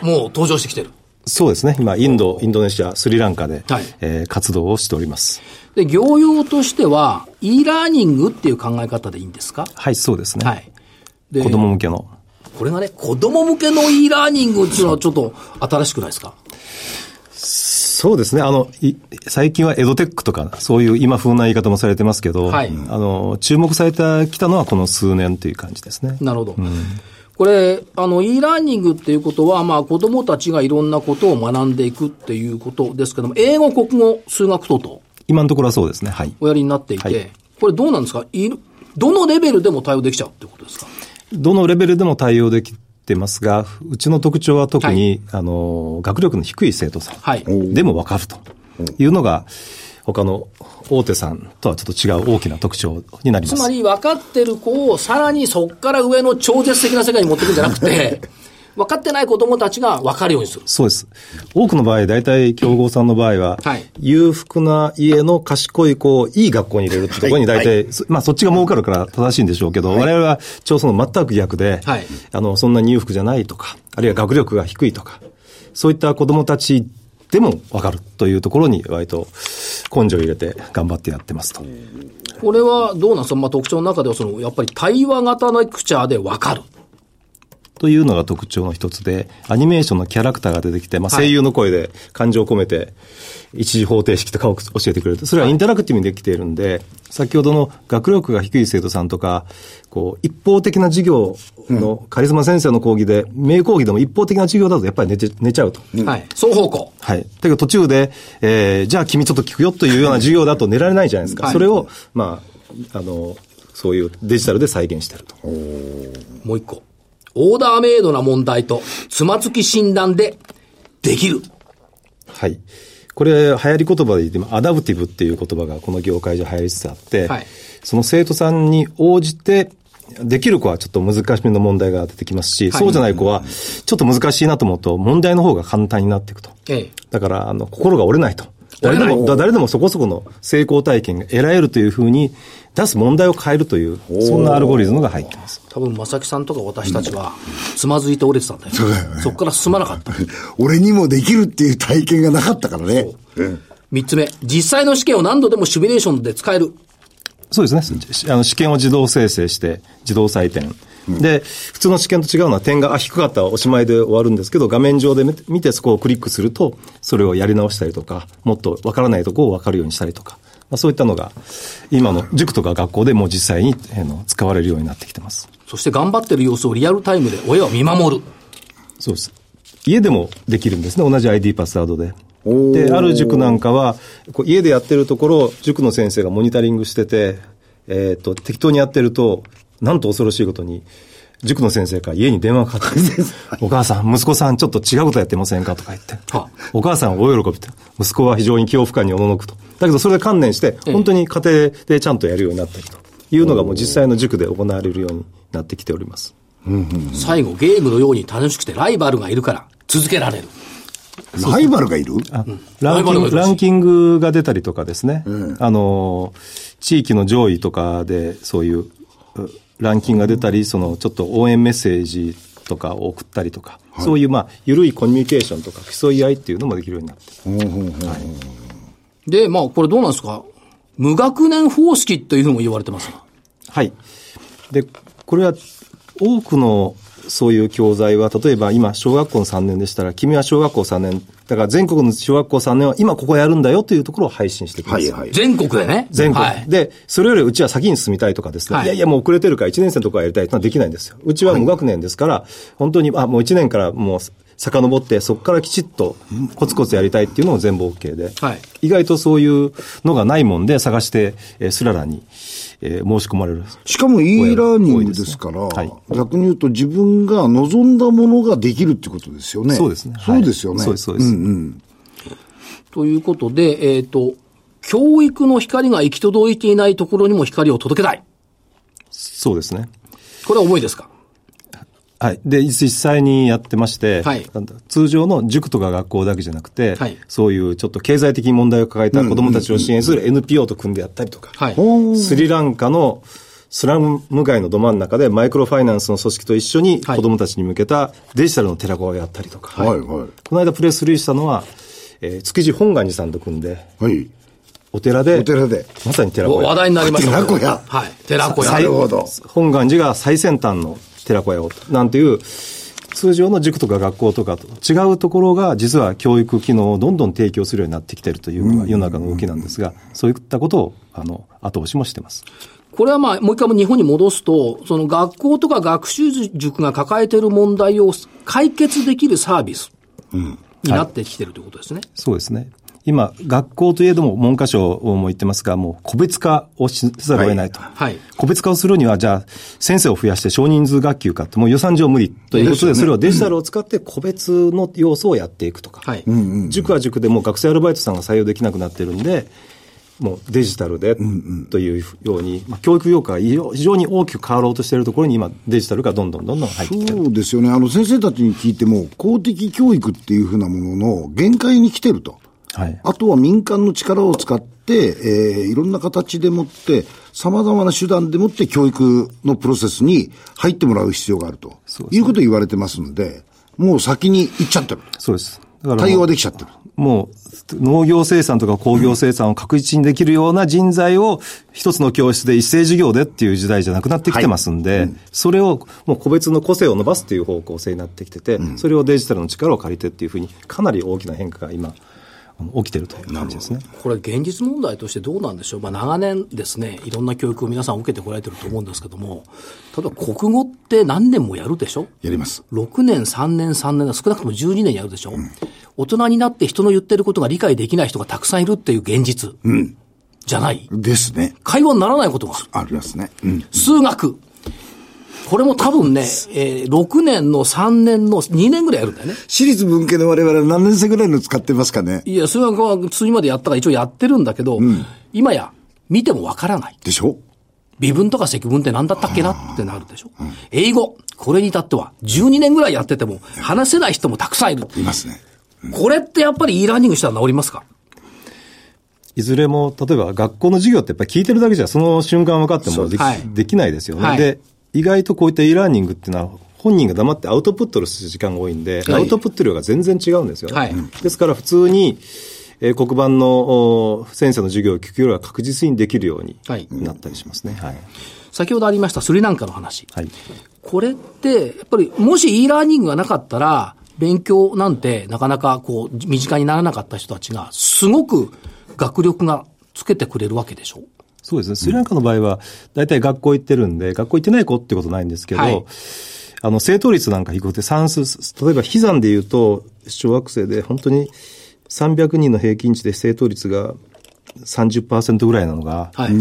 Speaker 1: もう登場してきてる。
Speaker 4: そうですね。今、インド、インドネシア、スリランカで、
Speaker 1: はい
Speaker 4: えー活動をしております。
Speaker 1: で、業用としては、e ラーニングっていう考え方でいいんですか
Speaker 4: はい、そうですね。
Speaker 1: はい。で、
Speaker 4: 子供向けの。
Speaker 1: これがね、子供向けの e ラーニングっていうのはちょっと新しくないですか
Speaker 4: そうですね。あの、い最近はエドテックとか、そういう今風な言い方もされてますけど、
Speaker 1: はい
Speaker 4: あの、注目されてきたのはこの数年という感じですね。
Speaker 1: なるほど。これ、あの、e ラーニングっていうことは、まあ、子供たちがいろんなことを学んでいくっていうことですけども、英語、国語、数学等々、
Speaker 4: 今のところはそうですね。はい。
Speaker 1: おやりになっていて、
Speaker 4: はい
Speaker 1: これどうなんですかいるどのレベルでも対応できちゃうってことですか
Speaker 4: どのレベルでも対応できてますが、うちの特徴は特に、あの、学力の低い生徒さん。
Speaker 1: はい
Speaker 4: でも分かるというのが、他の大手さんとはちょっと違う大きな特徴になりま
Speaker 1: つ
Speaker 4: す。
Speaker 1: まり分かってる子をさらにそこから上の超絶的な世界に持っていくんじゃなく て、分かってない子供たちが分かるようにする。
Speaker 4: そうです。多くの場合、大体、競合さんの場合は、
Speaker 1: はい
Speaker 4: 裕福な家の賢い子をいい学校に入れるってところに大体、そまあそっちが儲かるから正しいんでしょうけど、我々は調査の全く逆で、
Speaker 1: はい
Speaker 4: あの、そんなに裕福じゃないとか、あるいは学力が低いとか、そういった子供たちでもわかるというところに、割と根性を入れて頑張ってやってますと。
Speaker 1: これはどうなんですか、まあ、特徴の中ではその、やっぱり対話型のレクチャーで分かる。
Speaker 4: というのが特徴の一つで、アニメーションのキャラクターが出てきて、まあ、
Speaker 1: はい
Speaker 4: 声優の声で感情を込めて、一時方程式とかを教えてくれる。それはインタラクティブにできているんで、先ほどの学力が低い生徒さんとか、こう、一方的な授業のカリスマ先生の講義で、名講義でも一方的な授業だとやっぱり寝て寝ちゃうと。
Speaker 1: はい。双方向。
Speaker 4: はい。だけど途中で、えー、じゃあ君ちょっと聞くよというような授業だと寝られないじゃないですか。
Speaker 1: はい
Speaker 4: それを、まあ、あの、そういうデジタルで再現してると。
Speaker 1: もう一個。オーダーメイドな問題と、つまずき診断で、できる。
Speaker 4: はい。これ、流行り言葉で言っても、アダプティブっていう言葉がこの業界じゃ流行りつつあって、
Speaker 1: はい
Speaker 4: その生徒さんに応じて、できる子はちょっと難しめの問題が出てきますし、
Speaker 1: はい
Speaker 4: そうじゃない子は、ちょっと難しいなと思うと、問題の方が簡単になっていくと。
Speaker 1: ええ。
Speaker 4: だから、あの、心が折れないと。
Speaker 1: 折れ
Speaker 4: 誰で
Speaker 1: ない
Speaker 4: も、だ誰でもそこそこの成功体験が得られるというふうに、出す問題を変えるという、そんなアルゴリズムが入ってます。
Speaker 1: 多分、正木さんとか私たちは、つまずいて折れてたんだよ。そうだよね。そこから進まなかった。
Speaker 3: 俺にもできるっていう体験がなかったからね。
Speaker 1: 三つ目、実際の試験を何度でもシミュレーションで使える。
Speaker 4: そうですね。しあの、試験を自動生成して、自動採点。で、普通の試験と違うのは点が、あ、低かったらおしまいで終わるんですけど、画面上で見て見てそこをクリックすると、それをやり直したりとか、もっとわからないとこをわかるようにしたりとか、まあ、そういったのが、今の塾とか学校でもう実際に、あの使われるようになってきてます。
Speaker 1: そして頑張ってる様子をリアルタイムで親は見守る。
Speaker 4: そうです。家でもできるんですね。同じ ID パスワードで。
Speaker 3: おー
Speaker 4: で、ある塾なんかは、こう家でやってるところを塾の先生がモニタリングしてて、えっ、と、適当にやってると、なんと恐ろしいことに、塾の先生から家に電話がかかってきて、お母さん、息子さんちょっと違うことやってませんかとか言って
Speaker 1: は、
Speaker 4: お母さんは大喜びと、息子は非常に恐怖感におののくと。だけどそれで観念して、本当に家庭でちゃんとやるようになったりというのがもう実際の塾で行われるようになってきております。
Speaker 1: 最後、ゲームのように楽しくてライバルがいるから続けられる。
Speaker 3: ライバルがいる
Speaker 4: ランキ
Speaker 1: ライバル
Speaker 4: ン
Speaker 1: がい
Speaker 4: グ
Speaker 1: る
Speaker 4: ランキングが出たりとかですね、あの、地域の上位とかでそういううランキングが出たり、そのちょっと応援メッセージとかを送ったりとか、そういうまあ、緩いコミュニケーションとか競い合いっていうのもできるようになって。
Speaker 1: で、まあ、これどうなんですか無学年方式というふうにも言われてますが。
Speaker 4: はい。で、これは多くのそういう教材は、例えば今、小学校の3年でしたら、君は小学校3年、だから全国の小学校3年は今ここやるんだよというところを配信してくださ
Speaker 3: はい
Speaker 4: い。
Speaker 3: はい。
Speaker 1: 全国でね。
Speaker 4: 全国、
Speaker 1: はい。
Speaker 4: で、それよりうちは先に進みたいとかですね、
Speaker 1: はい
Speaker 4: い、やいやもう遅れてるから1年生のとこはやりたいとはできないんですよ。うちは無学年ですから、本当に、あ、もう1年からもう遡って、そこからきちっとコツコツやりたいっていうのも全部 OK で、
Speaker 1: はい
Speaker 4: 意外とそういうのがないもんで探して、えースララに、えー申し込まれる。
Speaker 3: しかも e ラーニングですから、
Speaker 4: はい
Speaker 3: 逆に言うと自分が望んだものができるってことですよね。
Speaker 4: そうですね。
Speaker 3: そうですよね。
Speaker 4: はいそうです、そうです。
Speaker 1: ということで、えっ、と、教育の光が行き届いていないところにも光を届けたい。
Speaker 4: そうですね。
Speaker 1: これは重いですか
Speaker 4: はい。で、実際にやってまして、
Speaker 1: はい
Speaker 4: なんだ通常の塾とか学校だけじゃなくて、
Speaker 1: はい
Speaker 4: そういうちょっと経済的に問題を抱えた子供たちを支援する NPO と組んでやったりとか、
Speaker 1: はい。
Speaker 4: スリランカのスラム街のど真ん中でマイクロファイナンスの組織と一緒に
Speaker 1: はい
Speaker 4: 子供たちに向けたデジタルの寺子をやったりとか、
Speaker 3: はいはい
Speaker 4: この間プレスリリースしたのは、えー築地本願寺さんと組んで、
Speaker 3: はい。
Speaker 4: お寺で、
Speaker 3: お寺で
Speaker 4: まさに寺子
Speaker 1: お
Speaker 4: 屋
Speaker 1: 話題になりました。
Speaker 3: 寺子屋
Speaker 1: はい。寺子
Speaker 3: な
Speaker 1: 屋
Speaker 3: る。ほど。
Speaker 4: 本願寺が最先端の寺子屋をなんていう通常の塾とか学校とかと違うところが実は教育機能をどんどん提供するようになってきてるというのが世の中の動きなんですがそういったことをあの後押しもしてます
Speaker 1: これはまあ、もう一回も日本に戻すと、その学校とか学習塾が抱えている問題を解決できるサービスになってきてるということですね。
Speaker 4: そうですね今学校といえども文科省も言ってますがもう個別化をしざるを得ないと、
Speaker 1: はい。
Speaker 4: 個別化をするには、じゃあ、先生を増やして少人数学級かって、もう予算上無理ということで、それをデジタルを使って個別の要素をやっていくとか、
Speaker 1: はい
Speaker 4: 塾は塾でもう学生アルバイトさんが採用できなくなってるんで、もうデジタルでというように、まあ、教育業界が非常に大きく変わろうとしているところに今、デジタルがどんどんどんどん入ってきてる。
Speaker 3: そうですよね。あの先生たちに聞いても、公的教育っていうふうなものの限界に来てると。
Speaker 4: はい
Speaker 3: あとは民間の力を使って、えーいろんな形でもって、様々な手段でもって教育のプロセスに入ってもらう必要があると。いうことを言われてますので、もう先に行っちゃってる。
Speaker 4: そうです。だからもう
Speaker 3: 対応はできちゃってる。
Speaker 4: もう農業生産とか工業生産を確実にできるような人材を一つの教室で一斉授業でっていう時代じゃなくなってきてますんで、それをもう個別の個性を伸ばすという方向性になってきてて、それをデジタルの力を借りてっていうふうにかなり大きな変化が今あの起きてるという感じですね。
Speaker 1: これ現実問題としてどうなんでしょう、まあ、長年ですね、いろんな教育を皆さん受けてこられてると思うんですけども、例えば国語って何年もやるでしょ
Speaker 3: やります。
Speaker 1: 6年、3年、3年、少なくとも12年やるでしょ、大人になって人の言ってることが理解できない人がたくさんいるっていう現実、じゃない。
Speaker 3: ですね。
Speaker 1: 会話にならないことがある。
Speaker 3: ありますね。うん。
Speaker 1: 数学。これも多分ね、えー6年の3年の2年ぐらいやるんだよね。
Speaker 3: 私立文系の我々は何年生ぐらいの使ってますかね
Speaker 1: いや、数学は次までやったから一応やってるんだけど、今や見てもわからない。
Speaker 3: でしょ
Speaker 1: 微分とか積分って何だったっけなってなるでしょ。英語、これに至っては、12年ぐらいやってても、話せない人もたくさんいる。
Speaker 3: いますね。
Speaker 1: これってやっぱり e ラーニングしたら治りますか
Speaker 4: いずれも、例えば学校の授業ってやっぱり聞いてるだけじゃその瞬間分かってもでき,、
Speaker 1: はい
Speaker 4: できないですよね。
Speaker 1: はい
Speaker 4: で、意外とこういった e ラーニングっていうのは本人が黙ってアウトプットする時間が多いんで、
Speaker 1: はい
Speaker 4: アウトプット量が全然違うんですよね。
Speaker 1: はい
Speaker 4: ですから普通に、えー黒板のお先生の授業を聞くよりは確実にできるように
Speaker 1: はい
Speaker 4: なったりしますね。はい。
Speaker 1: 先ほどありましたスリランカの話。
Speaker 4: はい。
Speaker 1: これって、やっぱりもし e ラーニングがなかったら、勉強なんてなかなかこう、身近にならなかった人たちが、すごく学力がつけてくれるわけでしょ
Speaker 4: そうですね。スリランカの場合は、大体学校行ってるんで、学校行ってない子ってことないんですけど、
Speaker 1: はい
Speaker 4: あの、正答率なんか低くて算数、例えば、比山で言うと、小学生で本当に300人の平均値で正答率が30%ぐらいなのが、
Speaker 1: はい。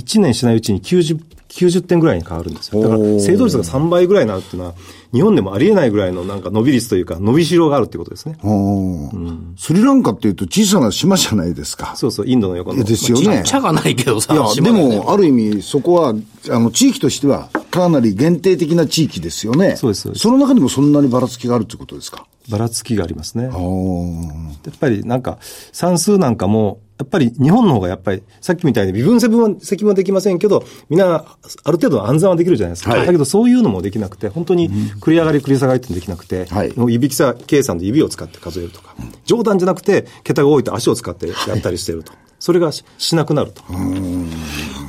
Speaker 4: 1年しないうちに90、90点ぐらいに変わるんですよ。だから、正答率が3倍ぐらいになるっていうのは、日本でもありえないぐらいのなんか伸び率というか、伸びしろがあるってことですね。
Speaker 3: おースリランカっていうと小さな島じゃないですか。
Speaker 4: そうそう、インドの横の。
Speaker 3: ですよね。
Speaker 1: 茶がないけどさ、
Speaker 3: いや、
Speaker 1: 島
Speaker 3: で
Speaker 1: 根ね
Speaker 3: も、ある意味、そこは、あの、地域としては、かなり限定的な地域ですよね。
Speaker 4: そうですそうです
Speaker 3: その中にもそんなにばらつきがあるということですか。
Speaker 4: ばらつきがありますね。
Speaker 3: おー
Speaker 4: やっぱりなんか、算数なんかも、やっぱり日本の方がやっぱり、さっきみたいに微分積分は積分はできませんけど、みんなある程度の暗算はできるじゃないですか。
Speaker 3: はい
Speaker 4: だけどそういうのもできなくて、本当に繰り上がり繰り下がりってできなくて、
Speaker 3: はい
Speaker 4: もう指さ計算で指を使って数えるとか、冗談じゃなくて、桁が多いと足を使ってやったりしてると。それがししなくなると。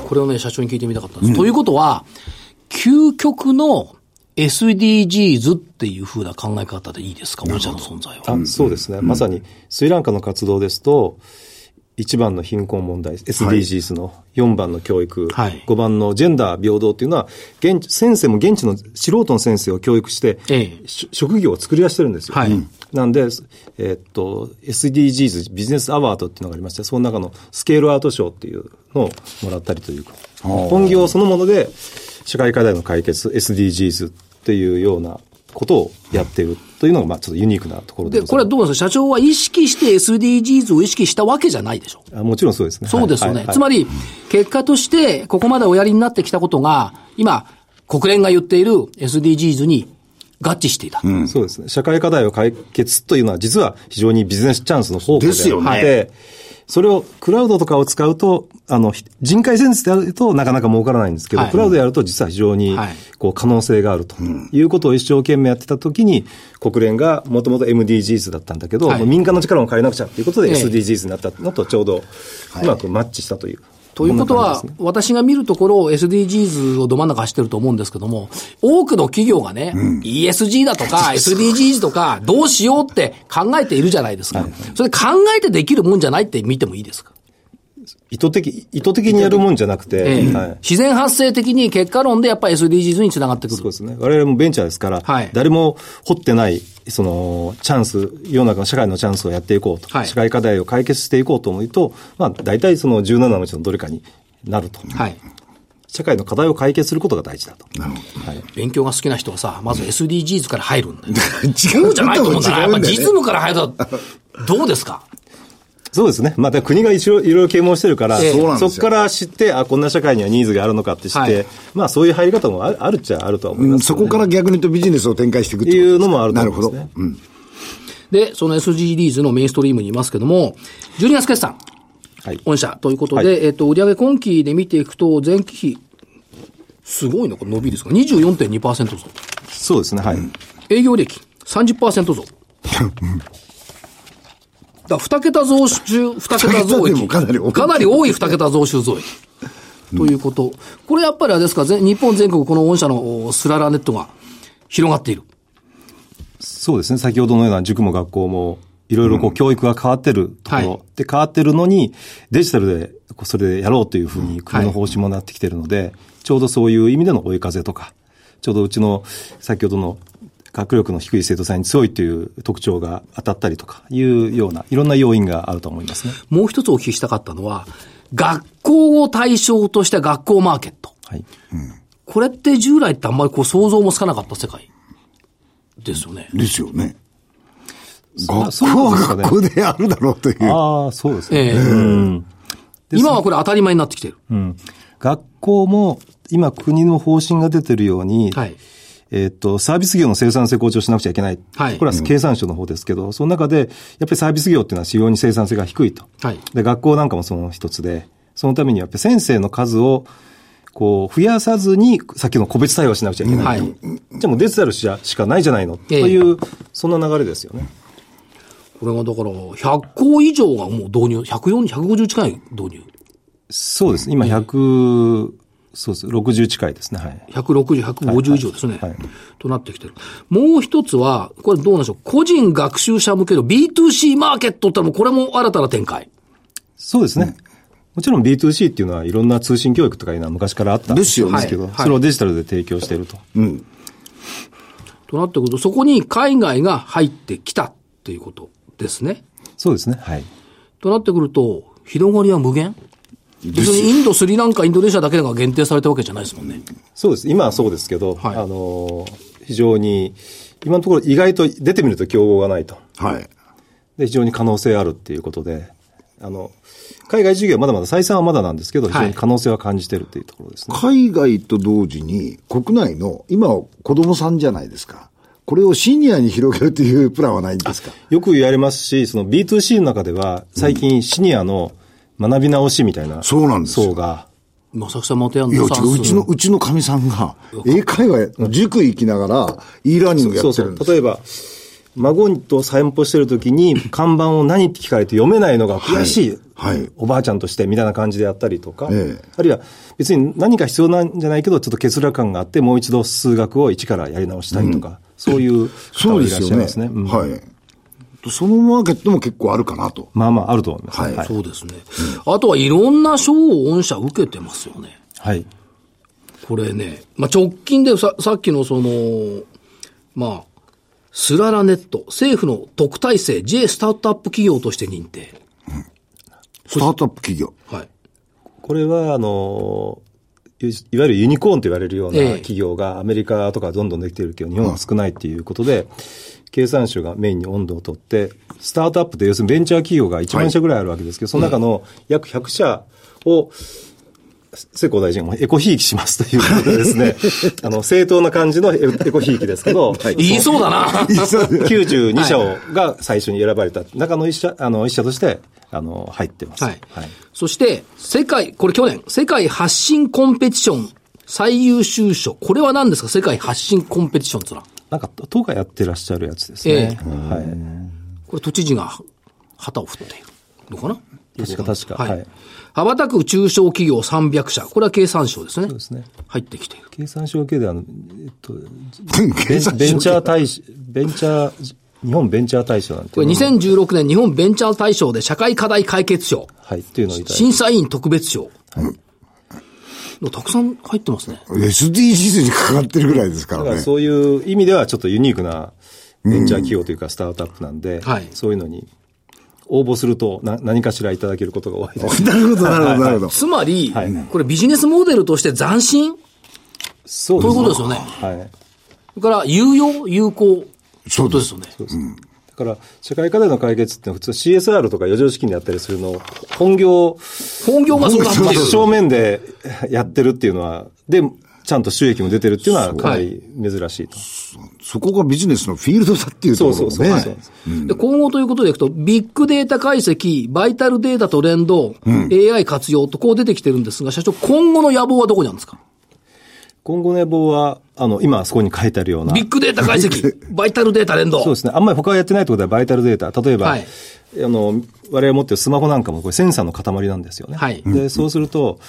Speaker 1: これをね、社長に聞いてみたかったんです。ということは、究極の SDGs っていう風な考え方でいいですか、お茶の存在は。
Speaker 4: あそうですね、まさにスリランカの活動ですと、1番の貧困問題、SDGs の4番の教育、
Speaker 1: はい
Speaker 4: 5番のジェンダー平等というのは現地、先生も現地の素人の先生を教育して、
Speaker 1: ええ
Speaker 4: し職業を作り出してるんですよ。
Speaker 1: はい
Speaker 4: なんで、えっと、SDGs ビジネスアワードっていうのがありまして、その中のスケールアート賞っていうのをもらったりというか、本業そのもので社会課題の解決、SDGs っていうようなことをやっているというのが、まあちょっとユニークなところで
Speaker 1: で、
Speaker 4: ご
Speaker 1: こ
Speaker 4: ざ
Speaker 1: れ
Speaker 4: いま
Speaker 1: は
Speaker 4: す
Speaker 1: どうなんですか社長は意識して SDGs を意識したわけじゃないでしょ
Speaker 4: あもちろんそうですね。
Speaker 1: そうですよね。
Speaker 4: はいはい
Speaker 1: つまり、結果として、ここまでおやりになってきたことが、今、国連が言っている SDGs に合致していた。
Speaker 4: そうですね。社会課題を解決というのは、実は非常にビジネスチャンスの方向であって
Speaker 3: ですよね
Speaker 4: それをクラウドとかを使うと、あの、ひ人海戦術でやるとなかなか儲からないんですけど、
Speaker 1: はい
Speaker 4: クラウドやると実は非常に
Speaker 1: はい、
Speaker 4: こう、可能性があるということを一生懸命やってた時に、国連がもともと MDGs だったんだけど、
Speaker 1: はい
Speaker 4: もう民間の力も借りなくちゃということで
Speaker 1: ええ
Speaker 4: SDGs になったのとちょうど、うまくマッチしたという。
Speaker 1: ということは、
Speaker 4: こんな感じですね
Speaker 1: 私が見るところ、SDGs をど真ん中走ってると思うんですけども、多くの企業がね、ESG だと か、SDGs とか、どうしようって考えているじゃないですか。それ考えてできるもんじゃないって見てもいいですか、
Speaker 4: 意図的、意図的にやるもんじゃなくて、
Speaker 1: ええ
Speaker 4: はい
Speaker 1: 自然発生的に結果論でやっぱり SDGs につながってく
Speaker 4: そうで
Speaker 1: る。
Speaker 4: すね。我々もベンチャーですから、
Speaker 1: はい
Speaker 4: 誰も掘ってない、その、チャンス、世の中の社会のチャンスをやっていこうと、
Speaker 1: はい
Speaker 4: 社会課題を解決していこうと思うと、まあ、大体その17のうちのどれかになると。
Speaker 1: はい。
Speaker 4: 社会の課題を解決することが大事だと。はい
Speaker 1: 勉強が好きな人はさ、まず SDGs から入るんだ よ。そうじゃないと思うんだ な。やっぱ実務から入ると、どうですか
Speaker 4: そうですね。まあ、だから国が一応いろいろ啓蒙してるから、
Speaker 1: ええ
Speaker 3: そうなんですよ
Speaker 4: こから知って、あ、こんな社会にはニーズがあるのかって知って、
Speaker 1: はい
Speaker 4: まあ、そういう入り方もあるあるっちゃあるとは思い
Speaker 3: うん
Speaker 4: ます
Speaker 3: そ
Speaker 4: よね、
Speaker 3: こから逆に言うとビジネスを展開していくっ
Speaker 4: って
Speaker 3: て
Speaker 4: い
Speaker 3: こと
Speaker 4: う
Speaker 3: です
Speaker 4: の
Speaker 3: か
Speaker 4: もあると
Speaker 3: なる
Speaker 4: 思い
Speaker 3: ほ
Speaker 4: ま
Speaker 3: ど
Speaker 4: す、ね。。
Speaker 1: で、その SDGs のメインストリームにいますけども、12月決算、
Speaker 4: はい。
Speaker 1: 御社ということで、
Speaker 4: は
Speaker 1: えっと、売上今期で見ていくと、前期比、すごいな、これ伸びですか ?24.2% 増。
Speaker 4: そうですね。はい。
Speaker 1: 営業利益30%増。だから2桁増収、2桁増
Speaker 3: 二桁でも
Speaker 1: 益。
Speaker 3: かなり多い
Speaker 1: 多い2桁増収増益。ということ。これやっぱりあれですか、全日本全国この御社のおスララネットが広がっている。
Speaker 4: そうですね。先ほどのような塾も学校も、いろいろこう教育が変わってるところ、
Speaker 1: はい
Speaker 4: で変わってるのに、デジタルでこうそれでやろうというふうに国の方針もなってきてるので、ちょうどそういう意味での追い風とか、ちょうどうちの先ほどの学力の低い生徒さんに強いという特徴が当たったりとかいうような、いろんな要因があると思いますね。
Speaker 1: もう一つお聞きしたかったのは、学校を対象とした学校マーケット。
Speaker 4: はい。
Speaker 1: これって従来ってあんまりこう想像もつかなかった世界ですよね。
Speaker 3: ですよね。
Speaker 4: そ
Speaker 3: 学
Speaker 4: そ
Speaker 3: 校
Speaker 4: う
Speaker 3: は
Speaker 4: ですかね
Speaker 3: 学校であるだろうという。
Speaker 4: ああ、そうですね。
Speaker 1: ええ
Speaker 4: で
Speaker 1: 今はこれ当たり前になってきてる。
Speaker 4: うん、学校も今国の方針が出てるように、
Speaker 1: はい
Speaker 4: えっと、サービス業の生産性向上しなくちゃいけない。
Speaker 1: はい
Speaker 4: これは経産省の方ですけど、その中で、やっぱりサービス業っていうのは非常に生産性が低いと。
Speaker 1: はい
Speaker 4: で、学校なんかもその一つで、そのためにはやっぱり先生の数を、こう、増やさずに、さっきの個別対応しなくちゃいけないと。
Speaker 1: はい
Speaker 4: じゃあもうデジタルしかしかないじゃないの、
Speaker 1: ええ
Speaker 4: という、そんな流れですよね。
Speaker 1: これがだから、100校以上がもう導入、140、150近い導入。
Speaker 4: そうですね。今100、そうです。60近いですね。はい。
Speaker 1: 160、150以上ですね。
Speaker 4: はいはい
Speaker 1: となってきてる。もう一つは、これどうなんでしょう。個人学習者向けの B2C マーケットってのもこれも新たな展開。
Speaker 4: そうですね。もちろん B2C っていうのはいろんな通信教育とかいうのは昔からあったん
Speaker 3: で
Speaker 4: です
Speaker 3: よね
Speaker 4: けど、
Speaker 1: はい
Speaker 4: それをデジタルで提供していると。
Speaker 1: となってくると、そこに海外が入ってきたっていうことですね。
Speaker 4: そうですね。はい。
Speaker 1: となってくると、広がりは無限別にインド、スリランカ、インドネシアだけが限定されたわけじゃないですもんね。
Speaker 4: そうです。今はそうですけど、
Speaker 1: はい
Speaker 4: あのー、非常に、今のところ意外と出てみると競合がないと。
Speaker 3: はい。
Speaker 4: で、非常に可能性あるっていうことで、あの、海外事業はまだまだ、採算はまだなんですけど、非常に可能性は感じてるっていうところですね。
Speaker 3: 海外と同時に国内の、今は子供さんじゃないですか。これをシニアに広げるというプランはないんですか
Speaker 4: よく言われますし、その B2C の中では、最近シニアの学び直しみたいな
Speaker 3: そうなんですよ
Speaker 4: 層が、
Speaker 1: まさきさんまたやん
Speaker 3: いや、違
Speaker 1: の算
Speaker 3: う、うち
Speaker 1: 数
Speaker 3: の、うちのかみさんが、英会話、塾行きながら、e ラーニングや
Speaker 4: そう
Speaker 3: って
Speaker 4: そ
Speaker 3: るん
Speaker 4: う
Speaker 3: です。。
Speaker 4: 例えば、孫と散歩してる 時に、看板を何って聞かれて読めないのが悔しい。
Speaker 3: はいはい
Speaker 4: おばあちゃんとして、みたいな感じでやったりとか。
Speaker 3: ええ
Speaker 4: あるいは、別に何か必要なんじゃないけど、ちょっと欠落感があって、もう一度数学を一からやり直したりとか、そういう方
Speaker 3: そ
Speaker 4: が
Speaker 3: う
Speaker 4: い
Speaker 3: で
Speaker 4: らっ
Speaker 3: す
Speaker 4: しゃ
Speaker 3: よ
Speaker 4: い
Speaker 3: ね
Speaker 4: ますね。うん
Speaker 3: はい。そのマーケットも結構あるかなと。
Speaker 4: まあまあ、あると思います。
Speaker 3: はい
Speaker 4: はい。
Speaker 1: そうですね。あとはいろんな賞を御社受けてますよね。
Speaker 4: はい
Speaker 1: これね、まあ、直近でささっきのその、まあ、スララネット、政府の特待生 J スタートアップ企業として認定。
Speaker 3: スタートアップ企業。
Speaker 1: はい。
Speaker 4: これは、あの、いいわゆるユニコーンと言われるような
Speaker 1: ええ
Speaker 4: 企業がアメリカとかどんどんできているけど、日本は少ないっていうことで、経産省がメインに温度を取って、スタートアップで要するにベンチャー企業が1万社ぐらいあるわけですけど、その中の約100社を、世耕大臣がエコひいきしますということでです ね、あの、正当な感じのエコひいきですけど、
Speaker 1: 言いそうだな。
Speaker 4: 92社をが最初に選ばれた中の1社、あの、一社として、あの、入ってます。
Speaker 1: はい。そして、世界、これ去年、世界発信コンペティション最優秀賞。これは何ですか世界発信コンペティションってのは。
Speaker 4: なんか、党がやってらっしゃるやつです
Speaker 1: え
Speaker 4: ね。
Speaker 1: え
Speaker 4: は
Speaker 1: これ都知事が旗を振っているのかな
Speaker 4: 確か確か
Speaker 1: はい。
Speaker 4: はい
Speaker 1: 羽ばたく中小企業300社。これは経産省ですね。
Speaker 4: い。ですね。
Speaker 1: 入ってきている。
Speaker 4: 経産省系であの、えっと、ベン
Speaker 3: 経産省系
Speaker 4: ベンチャー大使、ベンチャー、日本ベンチャー大使なんて
Speaker 1: こ
Speaker 4: いう
Speaker 1: れ
Speaker 4: のが
Speaker 1: 2016年日本ベンチャー大賞で社会課題解決賞、
Speaker 4: はい、っていうのをいただいて
Speaker 1: 審査委員特別賞。たくさん入ってますね。
Speaker 3: SDGs にかかってるぐらいですか
Speaker 4: だ
Speaker 3: ら
Speaker 4: から
Speaker 3: ね。
Speaker 4: そういう意味ではちょっとユニークなベンチャー企業というかスタートアップなんで、
Speaker 1: はい
Speaker 4: そういうのに応募するとな何かしらいただけることが多いです。
Speaker 3: なるほど、なるほど、なるほど。
Speaker 1: つまり、
Speaker 4: はい
Speaker 1: これビジネスモデルとして斬新
Speaker 4: そ
Speaker 1: ということですよね
Speaker 4: はい。
Speaker 1: それから有用、有効。
Speaker 3: そう
Speaker 1: こと
Speaker 3: で
Speaker 1: ですすよね。
Speaker 4: だから、社会課題の解決って普通 CSR とか余剰資金でやったりするのを本業、
Speaker 1: 本業がそうなって
Speaker 4: まあ
Speaker 1: る。
Speaker 4: 正面でやってるっていうのは、で、ちゃんと収益も出てるっていうのはかなり珍しいと。
Speaker 3: そこがビジネスのフィールドだっていうところもね。
Speaker 1: で今後ということでいくと、ビッグデータ解析、バイタルデータと連動、AI 活用とこう出てきてるんですが、社長、今後の野望はどこにあるんですか
Speaker 4: 今後の野望は、あの、今そこに書いてあるような。
Speaker 1: ビッグデータ解 析、バイタルデータ連動。
Speaker 4: そうですね。あんまり他がやってないってことはバイタルデータ。例えば、
Speaker 1: はい
Speaker 4: あの、我々持ってるスマホなんかもこれセンサーの塊なんですよね。
Speaker 1: はい
Speaker 4: で、そうすると、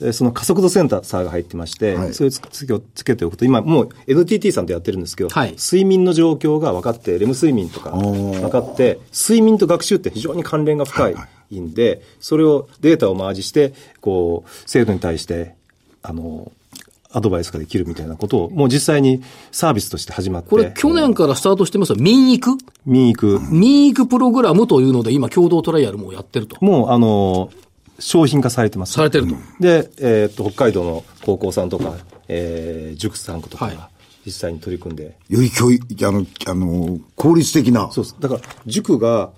Speaker 4: えーその加速度センサーが入ってまして、
Speaker 3: はい
Speaker 4: それをつつけつけておくと、今もう NTT さんとやってるんですけど、
Speaker 1: はい
Speaker 4: 睡眠の状況が分かって、レム睡眠とか分かって、睡眠と学習って非常に関連が深いんで、それをデータをマージして、こう、生徒に対して、あの、アドバイスができるみたいなことを、もう実際にサービスとして始まって。
Speaker 1: これ、去年からスタートしてますよ。民育
Speaker 4: 民育。
Speaker 1: 民育プログラムというので、今、共同トライアルもやってると。
Speaker 4: もう、あの、商品化されてます。
Speaker 1: されてると。
Speaker 4: で、えーっと、北海道の高校さんとか、えー、塾さんとか
Speaker 1: は
Speaker 4: が実際に取り組んで。
Speaker 3: より教育、あの、あの、効率的な。
Speaker 4: そうです。だから、塾が、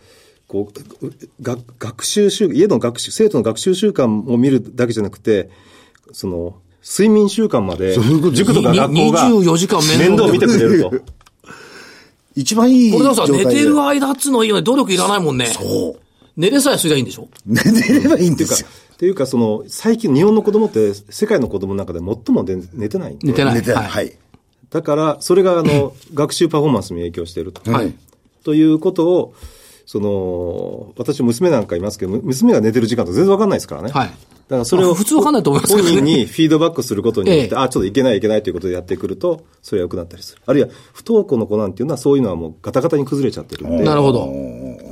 Speaker 4: こう、学学習習、家の学習、生徒の学習習慣を見るだけじゃなくて、その、睡眠習慣まで、
Speaker 3: そういうこと
Speaker 4: 塾とか学校が、
Speaker 1: 24時間面
Speaker 4: 面
Speaker 1: 倒
Speaker 4: 倒見てくれると。
Speaker 3: 一番いい
Speaker 1: これ
Speaker 3: 状
Speaker 1: だから
Speaker 3: 態
Speaker 1: さ、
Speaker 3: で。
Speaker 1: 寝てる間っつうのいいよね。努力いらないもんね。
Speaker 3: そう。
Speaker 1: 寝れさえすりゃいいんでしょ
Speaker 3: 寝てればいいん
Speaker 4: っ
Speaker 3: で
Speaker 4: ていうか
Speaker 3: すよ。、
Speaker 4: っていうかその、最近日本の子供って世界の子供の中で最もで寝てないんで
Speaker 1: 寝てない。
Speaker 3: 寝てない。
Speaker 1: は。
Speaker 3: はいい。
Speaker 4: だから、それがあの、学習パフォーマンスに影響していると。
Speaker 1: はい。
Speaker 4: ということを、その、私娘なんかいますけど、む娘が寝てる時間と全然わかんないですからね。
Speaker 1: はい
Speaker 4: だからそれ
Speaker 1: あ
Speaker 4: を、
Speaker 1: 普通わかんないと思いますけ
Speaker 4: 本
Speaker 1: どね
Speaker 4: 人にフィードバックすることによって、
Speaker 1: ええ
Speaker 4: あ、ちょっといけないいけないということでやってくると、それは良くなったりする。あるいは、不登校の子なんていうのは、そういうのはもうガタガタに崩れちゃってるんで。
Speaker 1: なるほど。
Speaker 4: あ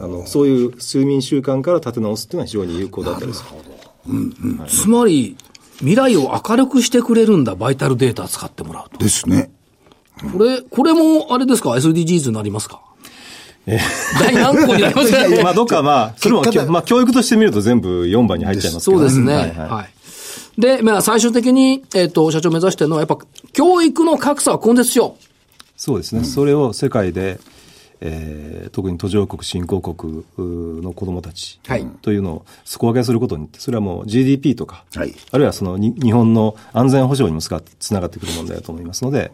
Speaker 4: の、そういう睡眠習慣から立て直すっていうのは非常に有効だったりする。
Speaker 1: つまり、未来を明るくしてくれるんだ、バイタルデータ使ってもらうと。
Speaker 3: ですね。
Speaker 1: これ、これも、あれですか ?SDGs になりますか第何個になります か
Speaker 4: まあ、どっかまあ、それも
Speaker 3: 結果だ、
Speaker 4: まあ、教育として見ると全部4番に入っちゃいますけ
Speaker 1: そ
Speaker 4: ど
Speaker 1: うですね。
Speaker 4: は
Speaker 1: はいい、
Speaker 4: はい
Speaker 1: で、まあ、最終的に、えっ、と、社長目指してるのは、やっぱ、教育の格差を根絶しよ
Speaker 4: そうですね、それを世界で、えー特に途上国、新興国うーの子どもたち
Speaker 1: はい
Speaker 4: というのを底上げすることによって、それはもう GDP とか、
Speaker 3: はい
Speaker 4: あるいはそのに日本の安全保障にもつかつながってくる問題だと思いますので、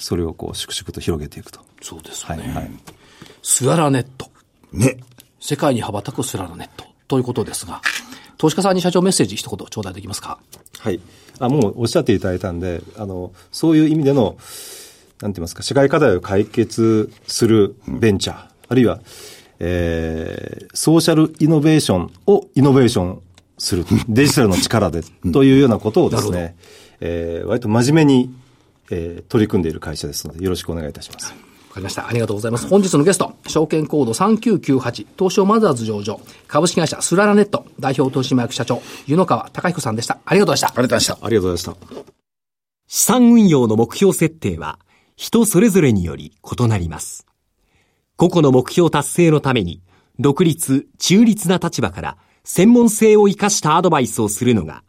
Speaker 4: それをこう粛々と広げていくと。
Speaker 1: う。そうです
Speaker 4: はいはい
Speaker 1: ね。スララネット。
Speaker 3: ね。
Speaker 1: 世界に羽ばたくスララネット。ということですが、投資家さんに社長メッセージ一言頂戴できますか
Speaker 4: はい。あ、もうおっしゃっていただいたんで、あの、そういう意味での、なんて言いますか、社会課題を解決するベンチャー、あるいは、えーソーシャルイノベーションをイノベーションす る、デジタルの力で、というようなことをですね、えー割と真面目に、えー取り組んでいる会社ですので、よろしくお願いいたします。
Speaker 1: わかりました。ありがとうございます。本日のゲスト、証券コード3998、東証マザーズ上場、株式会社スララネット、代表取締役社長、湯野川隆彦さんでした。ありがとうございました。
Speaker 3: ありがとうございました。
Speaker 4: ありがとうございました。
Speaker 5: 資産運用の目標設定は人それぞれにより異なります。個々の目標達成のために独立、中立な立場から専門性を生かしたアドバイスをするのが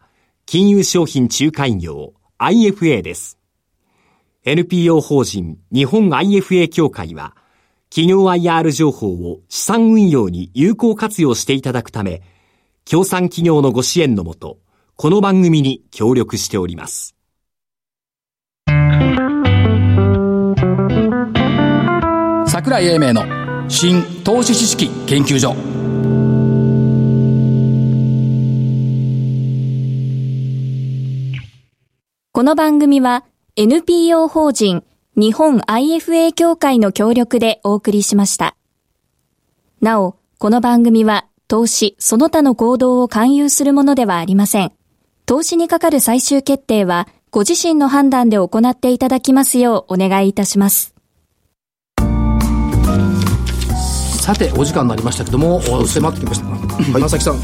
Speaker 5: 金融商品仲介業 IFA です。NPO 法人日本 IFA 協会は企業 IR 情報を資産運用に有効活用していただくため、協賛企業のご支援のもと、この番組に協力しております。
Speaker 1: 桜井英明の新投資知識研究所
Speaker 2: この番組は NPO 法人日本 IFA 協会の協力でお送りしました。なお、この番組は投資その他の行動を勧誘するものではありません。投資にかかる最終決定はご自身の判断で行っていただきますようお願いいたします。
Speaker 1: さてお時間になりましたけども、お迫ってきましたが川崎さん、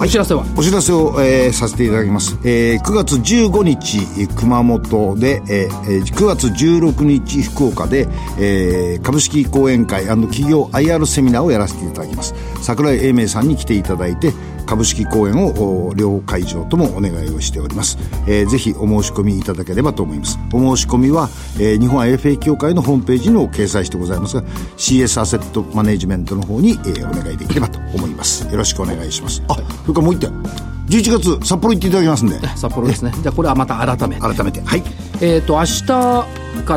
Speaker 1: お知らせは
Speaker 3: お知らせを、えーさせていただきます、えー9月15日えー熊本で、えーえー9月16日福岡で、えー株式講演会企業 IR セミナーをやらせていただきます桜井英明さんに来ていただいて株式講演をお両会場ともお願いをしております、えーぜひお申し込みいただければと思いますお申し込みは、えー日本 IFA 協会のホームページにも掲載してございますが CS アセットマネジメントの方に、えーお願いできればと思いますよろしくお願いしますあそれからもう一点11月札幌行っていただきますんで
Speaker 1: 札幌ですねじゃあこれはまた改めて
Speaker 3: 改めてはい
Speaker 1: えっ、と明日か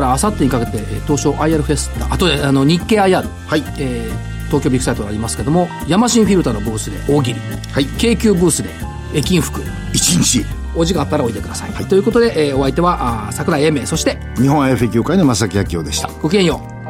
Speaker 1: ら明後日にかけてえー東証 IR フェスタあとであの日経 IR、
Speaker 3: はい
Speaker 1: えー東京ビッグサイトがありますけどもヤマシンフィルターのブースで大喜利、
Speaker 3: はい
Speaker 1: 京急ブースでえ金服
Speaker 3: 1日
Speaker 1: お時間あったらおいでください、ということで、えーお相手はあー桜井英明そして
Speaker 3: 日本 IFA 協会の正木明夫でした
Speaker 1: ごきげんよう